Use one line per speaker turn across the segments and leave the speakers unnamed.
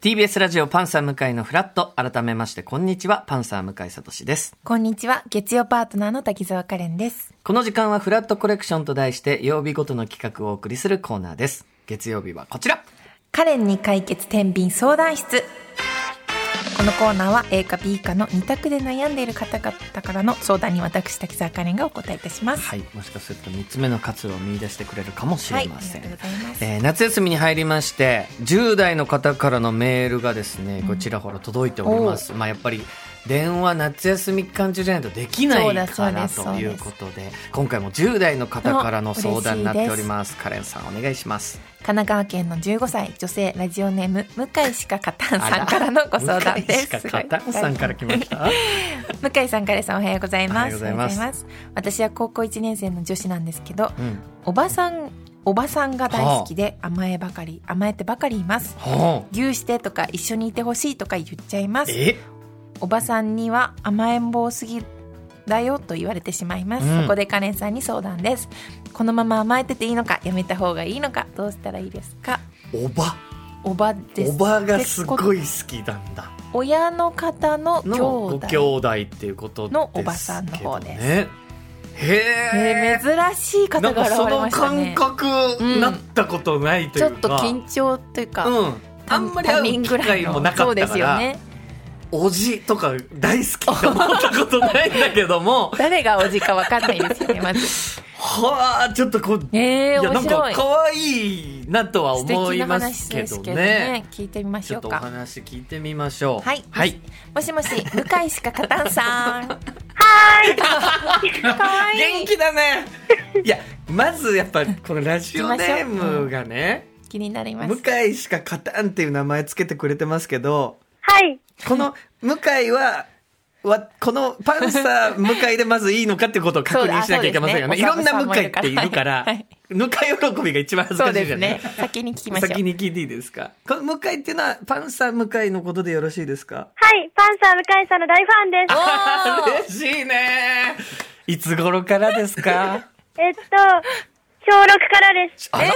TBS ラジオパンサー向井のフラット。改めまして、こんにちは。パンサー向井聡です。
こんにちは。月曜パートナーの滝沢カレンです。
この時間はフラットコレクションと題して、曜日ごとの企画をお送りするコーナーです。月曜日はこちら。
カレンに解決天秤相談室。このコーナーは A か B かの2択で悩んでいる方々からの相談に私、滝沢カレンがお答えいたします。
はい。もしかすると3つ目の活路を見出してくれるかもしれません。
ありがとうございます。
えー夏休みに入りまして10代の方からのメールがですねこちらほら届いております、まあ、やっぱり電話夏休み期間中じゃないとできな
そうだ
い
そ
か
うで
ら
す
と
そうです
いうことで今回も10代の方からの相談になっておりますカレンさんお願いします
神奈川県の15歳女性ラジオネーム向井しか勝たんさんからのご相談です。
向井しか片岡さんから来ました
向井さんカレンさんおはようございます。
おはようございます
おはようございます私は高校1年生の女子なんですけど、
うん
おばさんおばさんが大好きで甘えばかり甘えてばかりいます
はあ
牛してとか一緒にいてほしいとか言っちゃいます
え
おばさんには甘えん坊すぎだよと言われてしまいます、
うん
そこでカレンさんに相談ですこのまま甘えてていいのかやめた方がいいのかどうしたらいいですか
おば
おばです
おばがすご
い
い好きなんだ
親の方の
の
兄
ご
弟
兄弟っていうことですけど、ね、
のおばさんの方です
へえ
えー珍しい
な
方
んか
が
そ
現れ
の
ましたね
感覚なったことないとい
ちょ
う
っと
か、
緊張というか、
うんあんまり会う機会もなか
そ
っ
うで
たか
すよ
ら、
ね
おじとか大好きって思ったことないんだけども
誰がおじかわかんないですよねまず
はあちょっとこう、
えー、
いやな
面
んか
白い
可愛いなとは
素
思
敵
い
な
ま
話
すけ
です
ど
けど
ね
ね聞いてみまし
ちょ
ょ
っ
う
とお
か
話聞いてみましょう
はい
はい
もしもし向井しかかたんさんはーいかわい
元
い
気だね いやまずやっぱこのラジオネームがね、
気になります
向井しか勝たんっていう名前つけてくれてますけど
はい。
この向井は、わこのパンサー向井でまずいいのかっていうことを確認しなきゃいけませんよね。い
そうだ
ろ
そうんです
な向
ね
井っているから
はい、
向井喜びが一番恥ず
そ
か
う
し
で
いじ
す
ゃない
ね先に聞きましょう
先に聞いていいですかこの向井っていうのはパンサー向井のことでよろしいですか
はい。パンサー向井さんの大ファンです。
おー
嬉しいねいつ頃からですか
えっと、小6からです。
あら
え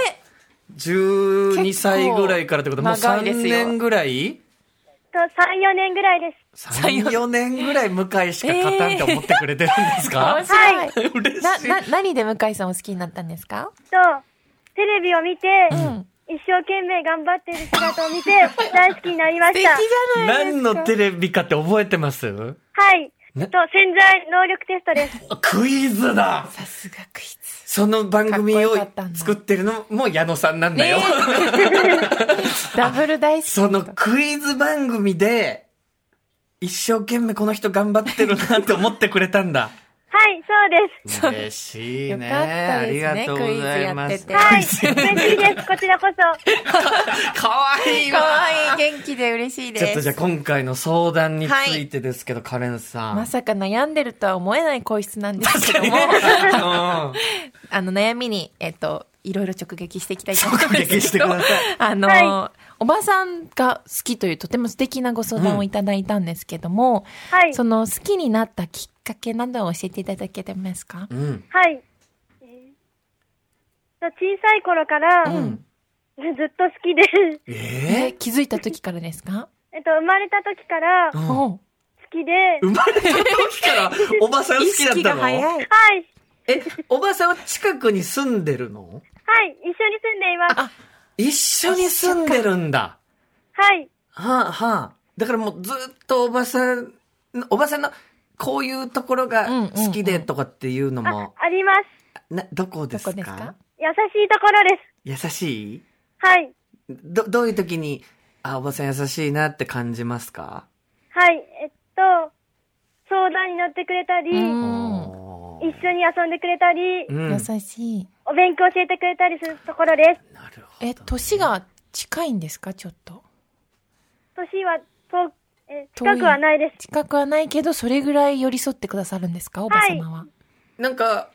12歳ぐらいからってことはもう
結構長いです
3
よ
年ぐらい
と3、4年ぐらいです。
?34 年ぐらい向井しか勝たんって思ってくれてるんですか
面白い、
嬉
な
しい。
な何で向井さんを好きになったんですか
と、テレビを見て、
ん
一生懸命頑張ってる姿を見て、大好きになりま
素
し
敵じ
た。
ゃないです
何
か
のテレビかって覚えてます
はい。
な
と、潜在能力テス トです。
クイズだ
さすがクイズ
その番組
かっこ
を
よかったんだ
作ってるのも矢野さんなんだよ。
ダブル大好き
そのクイズ番組で、一生懸命この人頑張ってるなって思ってくれたん だ。
はい、そうです。
嬉しいね。
よかった
あ
です
り
ね
がとうございます。
クイズや
はい。嬉しいです。こちらこそ。
かわいい
か
わ。
わいい元気で嬉しい
ちょ
で
っとじゃあ
す
今回の相談についてですけど、カレンさん。
まさか悩んでるとは思えない皇室なんですけども
うん
あの悩みにえっといろいろ直撃していきたいと思います
直撃してください
あの、
は
おばさんが好きというとても素敵なご相談をいただいたんですけども、
はい。
その好きになったきっかけなどを教えていただけますか、
うん。
はい。えーと小さい頃から、
ん
ずっと好きで、
え
え
気づいた時からですか、
えっと、生まれた時から
ー
好
うん
おう
きで、
生まれた時からおばさん好
意
きだっ
識
た
が
の
早い
はい。
え、おばさんは近くに住んでるの
はい、一緒に住んでいます。
あ
一緒に住んでるんだ。
はい。
はあ、はあ。だからもうずっとおばさん、おばさんのこういうところが好きでとかっていうのも、
あ、あります。
などこですか
どこですか
優しいところです。
優しい
はい。
ど、どういう時に、あ、おばさん優しいなって感じますか
はい。えっと、相談に乗ってくれたり、
う
一
ん
おー
緒に遊んでくれたり、
うん。なる
優しい
お勉強教えてくれたりするところです。
ほど。
え年が近いんですかちょっと
年は遠く、え
遠い
近くはないです。
近くはないけどそれぐらい寄り添ってくださるんですかおば様は、
なんか、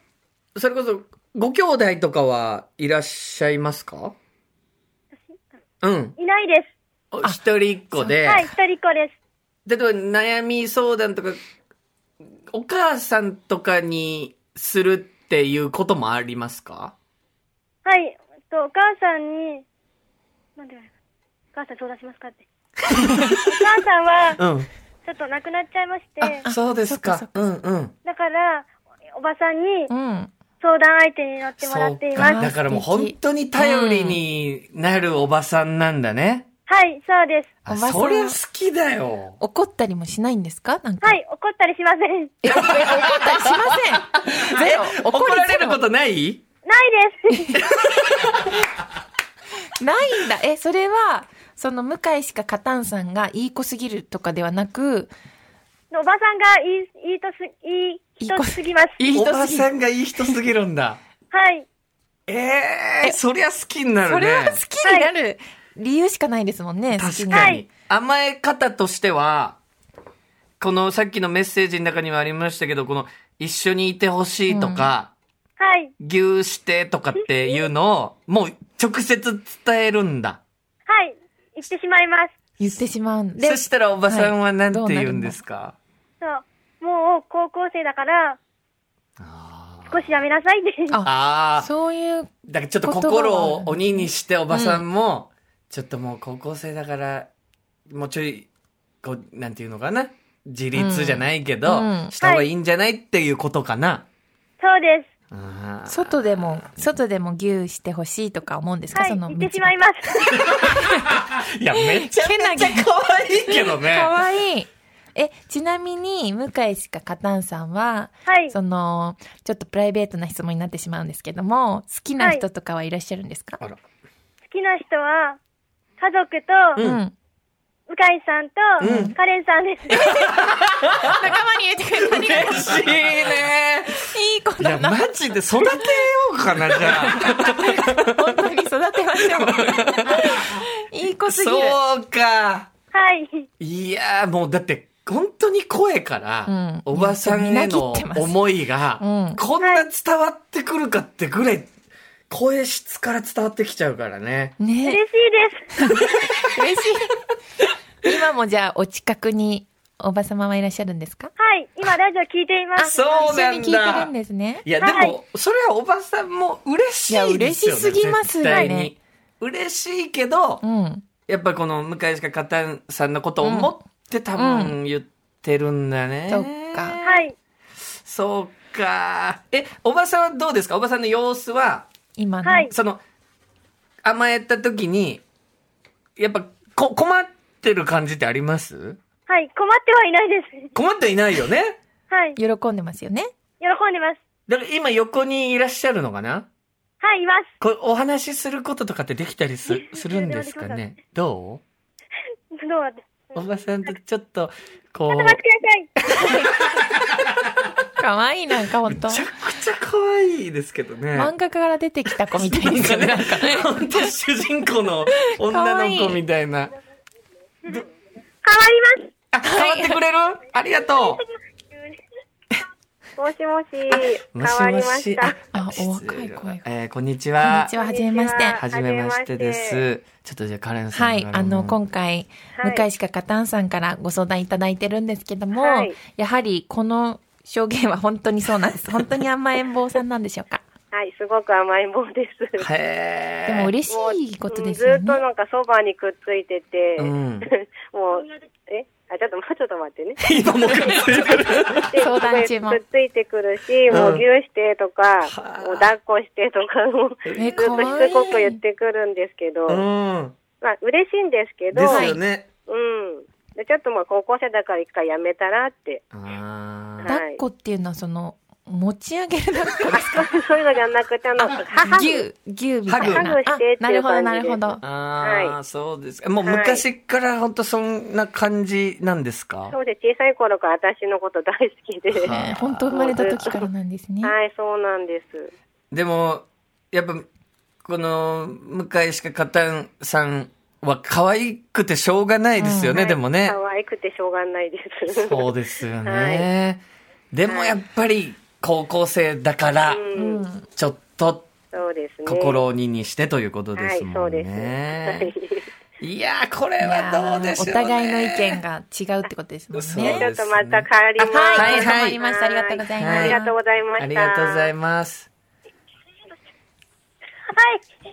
それこそ、ご兄弟とかはいらっしゃいますかうん。
いないです。
お一人一個で。
はい、一人っ子です。
例えば悩み相談とか、お母さんとかにするっていうこともありますか
はい。えっと、お母さんに、なんて言われたお母さん相談しますかって。お母さんは、
うん。
ちょっと亡くなっちゃいまして、
あ、そうですか。
そっ
うんうん。
だから、おばさんに
うん。
相談相手になってもら
そ
っ
う
ていま
か。
す。
だからもう本当に頼りになるおばさんなんだね。
はい、そうです。
あ
おばさん
そりゃ好きだよ。
怒ったりもしないんですかなんか。
はい、怒ったりしません。
え。怒ったりし ません。ゼロ。
怒
り
られ
ゼ
る
ロ
ことない
ないです。
ないんだ。え、それは、その、向井しか勝たんさんがいい子すぎるとかではなく、
おばさんがいい、いいとす、いい人すぎます。
いい
お
人
ば
すぎる
さ。んがいい人すぎるんだ。
はい。
ええそりゃ好きになるね。
それは好きになる理由しかないですもんね。好き
確
に
か
なる。
に。甘え方としては、このさっきのメッセージの中にもありましたけど、この一緒にいてほしいとか、
はい。
牛してとかっていうのを、もう直接伝えるんだ。
はい。言ってしまいます。
言ってしまうんで
そ。したらおばさんはなん
は
て
い
言うんですか、
そう。もう高校生だから、少しやめなさいって。
あ
ああ、
そういう、
だからちょっと心
言葉
を
が
鬼にしておばさんも、ちょっともう高校生だから、もうちょい、こう、なんていうのかな自立じゃないけど、
うんうん
した方がいいんじゃないっていうことかな。
そうで
あー
外でも、外でも牛してほしいとか思うんです
す。
か、
はい。
その
言ってしまいます。
いや、めっちゃ
けなげ。
可愛いけどね。
かわいい。え、ちなみに、向井しか勝たんさんは、
はい。
その、ちょっとプライベートな質問になってしまうんですけども、好きな人とかはいらっしゃるんですか、
あら。
好きな人は、家族
う
と、
ん
うん。
向井さん
うん
と、カレンさん です。
仲間に入れてくれたあり がとう
嬉しいね。
いい子
いや、
だな。
マジで育てようかな、じゃあ。
本当に育てましょう。いい子すぎる。
そうか。
はい。
いやー、もうだって、本当に声から、
うん
おばさんへの思いが、
うん
こんな伝わってくるかってぐらい、声質から伝わってきちゃうからね。
嬉しい
ね
です。
嬉しい。今もじゃあ、お近くにおばさまはいらっしゃるんですか
はい。今、ラジオ聞いています。
そう
一緒
な
に
ん
聞いて
だ
るん。ですね。
いや、でも、それはおばさんも嬉しいですよ、ね。
いや嬉しすぎます
絶
よね
対に。嬉しいけど、
うん。
やっぱこの向井しか勝たんさんのことを思って多分言ってるんだね。
そっか
はい。
そうか。え、おばさんはどうですかおばさんの様子は、
今の。
はい
その、甘えた時に、やっぱこ困ってる感じってあります
はい。困ってはいないです。
困ってはいないよね
はい。喜
喜んでますよね。
んでます。
だから今横にいらっしゃるのかな
はい、います。
こうお話しすることとかってできたりすするんですかねど
どう待って。
うおばさんとちょっと、こう。
お待ちください。
かわいいなんか、ほんと
め。ちゃくちゃ可愛いですけどね。
漫画から出てきた子みたいですよね。なんかね。
本当主人公の女の子みたいな。
変わります。
あ、変わってくれるありがと
もしもし、
う。
変わりました。
あ
もしもし
あお若い声が
えーこんにち
こん
は。
にちは、はじめまして。
は
はじめましてで
はじめ
す。ちょっとじゃあカレンさん。
はい、あの、今回、
はい
向井しかかたんさんからご相談いただいてるんですけども、
はい
やはりこの証言は本当にそうなん です。本当に甘えん坊さんなんでしょうか。
はい、すごく甘えん坊です。
へ
で
ー
も嬉しいことですよ
もううん
ね
ずっと。なんかそばにくっついてて、
うん。
もう、えあ、ちょっと、まちょっと待ってね。
今もくっついてる。
で
相談中も
くっついてくるし、もうぎゅうしてとか、
はあ
もう抱っこしてとか、もう、
え
ずっとしつこく言ってくるんですけど、
うん。
まあ、嬉しいんですけど、
ですよね。
うん。で、ちょっとまあ、高校生だから一回やめたらって、
あー
抱っこっていうのはその、持ち上げる抱っこですか
そういうのじゃなくて、あの、母
ぎ ゅう、ぎゅうみたいな。
ハ
あ
グしてっていう感じです
なるほど、なるほど。
あ
は
ー、そうですか。もう昔から本当そんな感じなんですか
そうで、小さい頃から私のこと大好きで。
は
えー本当生まれた時からなんですね。
はい、そうなんです。
でも、やっぱ、この、向井しか勝たんさんは可愛くてしょうがないですよね、
はい
でもね。
可愛くてしょうがないです。
そうですよね。でもやっぱり、高校生だから、
うん、
ちょっと
そうですね。
心を鬼にしてということで
はい
す、も
そ
ん
うです。
ね。
はい
いやー、これ
い
は
やー
どうでしょう
お
ね。
互いの意見が違うってことですもん
そう
ね
で。
ちょ
す
っとまた変わります。
はい
はい、
は
わ
い
かりました。ありがとうございます。
はい
ありがとうございました。
ありがとうござい
ま
ます。
す。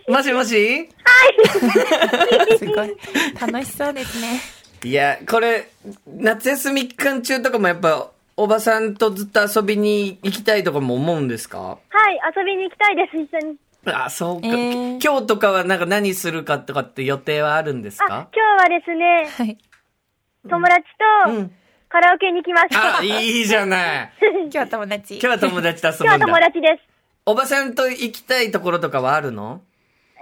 はい。
もしもし
すごい。楽しそうですね。
いや、これ、夏休み期間中とかもやっぱ、おばさんとずっと遊びに行きたいとかも思うんですか
はい、遊びに行きたいです、一緒に。
あ、そうか、
えー
今日とかはなんか何するかとかって予定はあるんです
あ
か、
今日はですね、
はい。
友達
う
と
ん
カラオケに行きました。
あ、いいじゃない。
今日は友達。
今日は友達と遊
今
ぶん
日は友
だ。
達です。
おばさんと行きたいところとかはあるの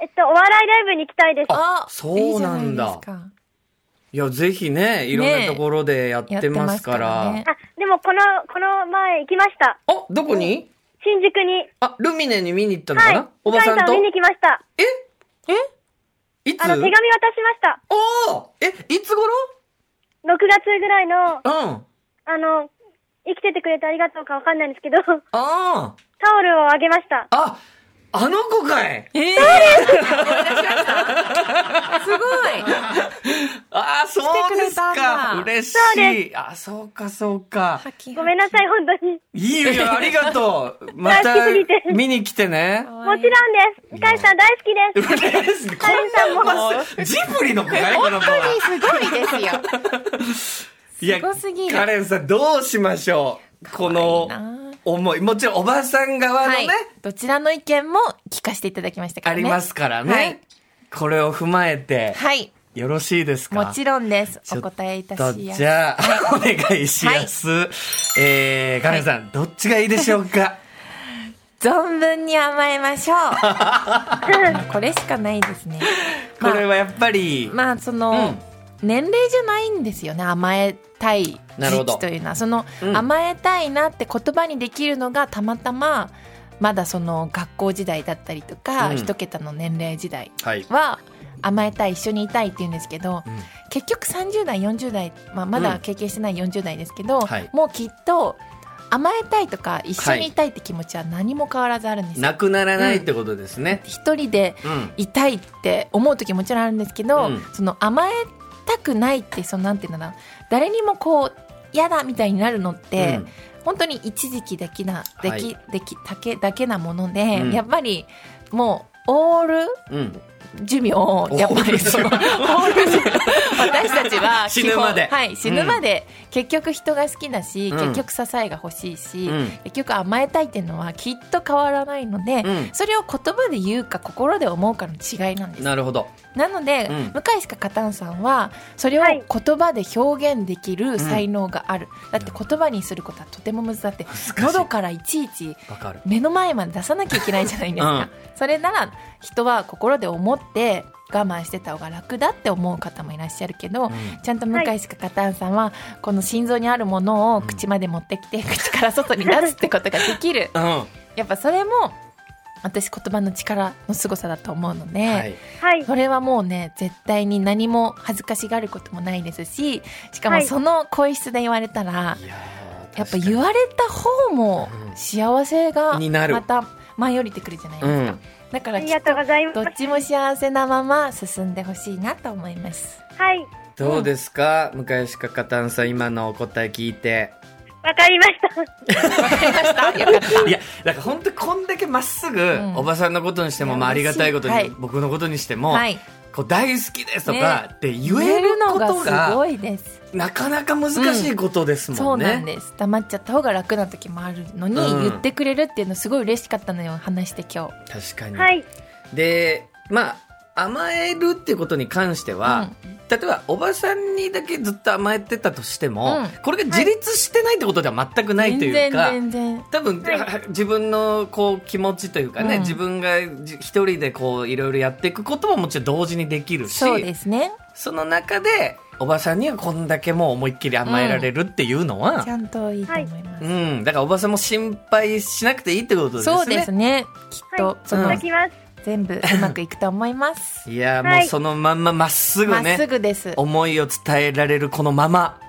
えっと、お笑いライブに行きたいです。は
あ
そうなんだ
いいじゃないですか
いや、ぜひね、いろんなところでやってますから。
ねえやってますからね
あ、でもこの、この前行きました。
あ、どこに
新宿に。
あ、ルミネに見に行ったのか
は
な、
い。
おばさん
ガイ
と
を見に来ました。
え
え
いつ
あの、手紙渡しました。
おおえ、いつ頃
6月ぐらいの、
うん。
あの、生きててくれてありがとうかわかんないんですけど、 タ
ああ。
オルをあげました。
あ、あの子かい
ええすごい
ああ、そうです
来てくれた
か
んだ
嬉し
そう
いあ、そうか、そうか。
ごめんなさい、本当に。
いいよいい よ、ありがとうまた
好きすぎて
見に来てね。
も
もちろんです。かえさん大好きです。
嬉しいこ
さんも
んなまさ、ジブリの子かいこの子は。
すごいですよ。
いや
すごすぎ、る
カレンさん、どうしましょうこの
可愛いな
思い。もちろん、おばさん側の
は
ね
い、。どちらの意見も聞かせていただきましたか
あ
らね。
りますから
は
ね
い。
これを踏まえて、
はい。
よろしいですか
もちろんです。
ちょ
お
っ
答えいた
と
しやす。
じゃあ、お願いします。えー、カレンさん、どっちがいいでしょうか
存分に甘えましょ う。これしかないですね。
これ
まあ、
はやっぱり、
まあその、年齢じゃないんですよね。甘えたい
なるほ
時
ど
期というのは、その、
うん
甘えたいなって言葉にできるのがたまたま。まだその学校時代だったりとか、
うん
一桁の年齢時代
はい。
は甘えたい一緒にいたいって言うんですけど、
うん
結局30代40代、まあ、まだ経験してない40代ですけど、
はい
もうきっと甘えたいとか一緒にいたいって気持ちは何も変わらずあるんですよ。
なくならないってことですね。
一人で
うん。
いたいって思う時もちろんあるんですけど、
うん
その甘えたくないってそのなんていうんだろう誰にもこう嫌だみたいになるのって、
うん
本当に一時期だけなで
は
き、
い
できだけだけなもので、
うん
やっぱりもうオール
うん。
寿命をやっぱりその私たちは 基本
死ぬまで
はい、死ぬまで、結局人が好きだし、
うん
結局支えが欲しいし、
うん
結局甘えたいっていうのはきっと変わらないので、
うん
それを言葉で言うか心で思うかの違いなんです。な
なるほど。
ので、
うん
向井しか勝たんさんはそれを
はい
言葉で表現できる才能がある、だって言葉にすることはとても難しいだって
しい
喉からいちいち
わかる。
目の前まで出さなきゃいけないじゃないですか、
うん
それなら人は心で思って我慢してた方が楽だって思う方もいらっしゃるけ
う
ど、
ん
ちゃんと向井しか勝たんさんはこの心臓にあるものを口まで持ってきて、口から外に出すってことができる
うん。
やっぱそれも私言葉の力の凄さだと思うので、
はい。
はい。
それはもうね絶対に何も恥ずかしがることもないですししか
は
も
い
その声質で言われたら、
いやー
やっぱ言われた方も幸せが
になる
また舞い降りてくるじゃないで
う
すか、
ん。
だか
あ
ら
り
きっ
がとうござい
と
ま
どっちも幸せなまま進んでほしいなと思 います
す。はい。
どうですか向井しかかたんさん、今のお答え聞いて。
わかりました。
わかりましたよかった
いや、だから本当こんだけまっすぐ、
ん
おばさんのことにしても、
いや
まあありがたいことに、
嬉しいはい
僕のことにしても、
はい
こう大好きですとかって言える
の
こと
がす
が、
ごいです
なかなか難しいことです
そ
も
うん
ね。
なんです黙っちゃった方が楽な時もあるのに、
うん
言ってくれるっていうのすごい嬉しかったのよ話して今日
確かに、
はい。
でまあ甘えるっていうことに関しては、例えばおばさんにだけずっと甘えてたとしても、
うん
これが自立してないってことでは全くないというか、
全然全然
多分、
はい
は自分のこう気持ちというかね、
うん
自分がじ一人でこういろいろやっていくことももちろん同時にできるし
そうですね
その中でおばさんにはこんだけもう思いっきり甘えられるっていうのは
ち、ゃんといいと思います、
うんだからおばさんも心配しなくていいってことですね。
そうですねきっと、
はい。い
その
ただきます。
全部うまくいくと思います
いやも
は
う
い
そのまんままっすぐ
ま
ね
っすぐです。
思いを伝えられるこのまま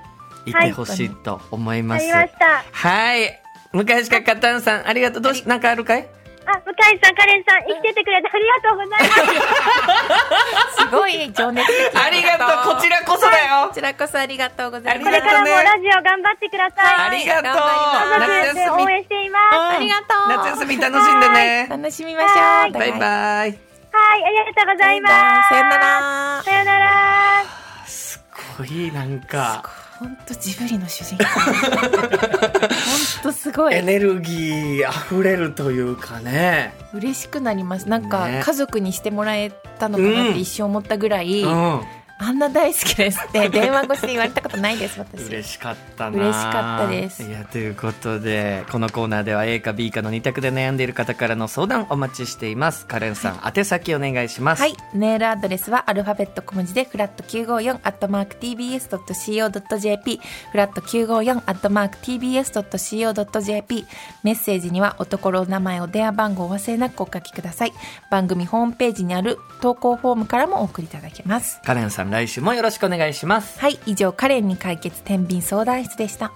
いてほしいと思い
わ
ま
か
す。
りました。
はい。向井しかかたんさん、ありがとう。どうし、なんかあるかい
あ、向井さん、カレンさん、生きててくれてありがとうご ざいます。
すごい情熱的。
ありがとう。こちらこそだよ
こ。ちらこそありがとうござい
あり
ま
こ
す。
が
れ
とう
からもラジオ頑張ってくだ
あ
さい。
りがとう。
頑張
家
夏
族で
休
応
み。
援しています。は
ありがとう
夏休み楽しんでね。
楽しみましょ
バイ
う。
バイ。
い、ありがとうございます。
さよなら。
さよなら。
すごい。ごいなんか
本当ジブリの主人公本当すごい
エネルギーあふれるというかね、
嬉しくなりますなんか
ね
家族にしてもらえたのかなっ
うん
て一生思ったぐらい、
うん、
あんな大好きです って電話越しで言われたことないです私
嬉しかったな
嬉しかったです
いやということでこのコーナーでは A か B かの2択で悩んでいる方からの相談お待ちしていますカレンさん、宛先お願いします
はい。メールアドレスはアルファベット小文字で、フラット954アットマーク tbs.co.jp、フラット954アットマーク tbs.co.jp、メッセージにはおところお名前、お電話番号をお忘れなくお書きください。番組ホームページにある投稿フォームからもお送りいただけます。
カレンさん来週もよろしくお願いします
はい、以上、カレンに解決天秤相談室でした。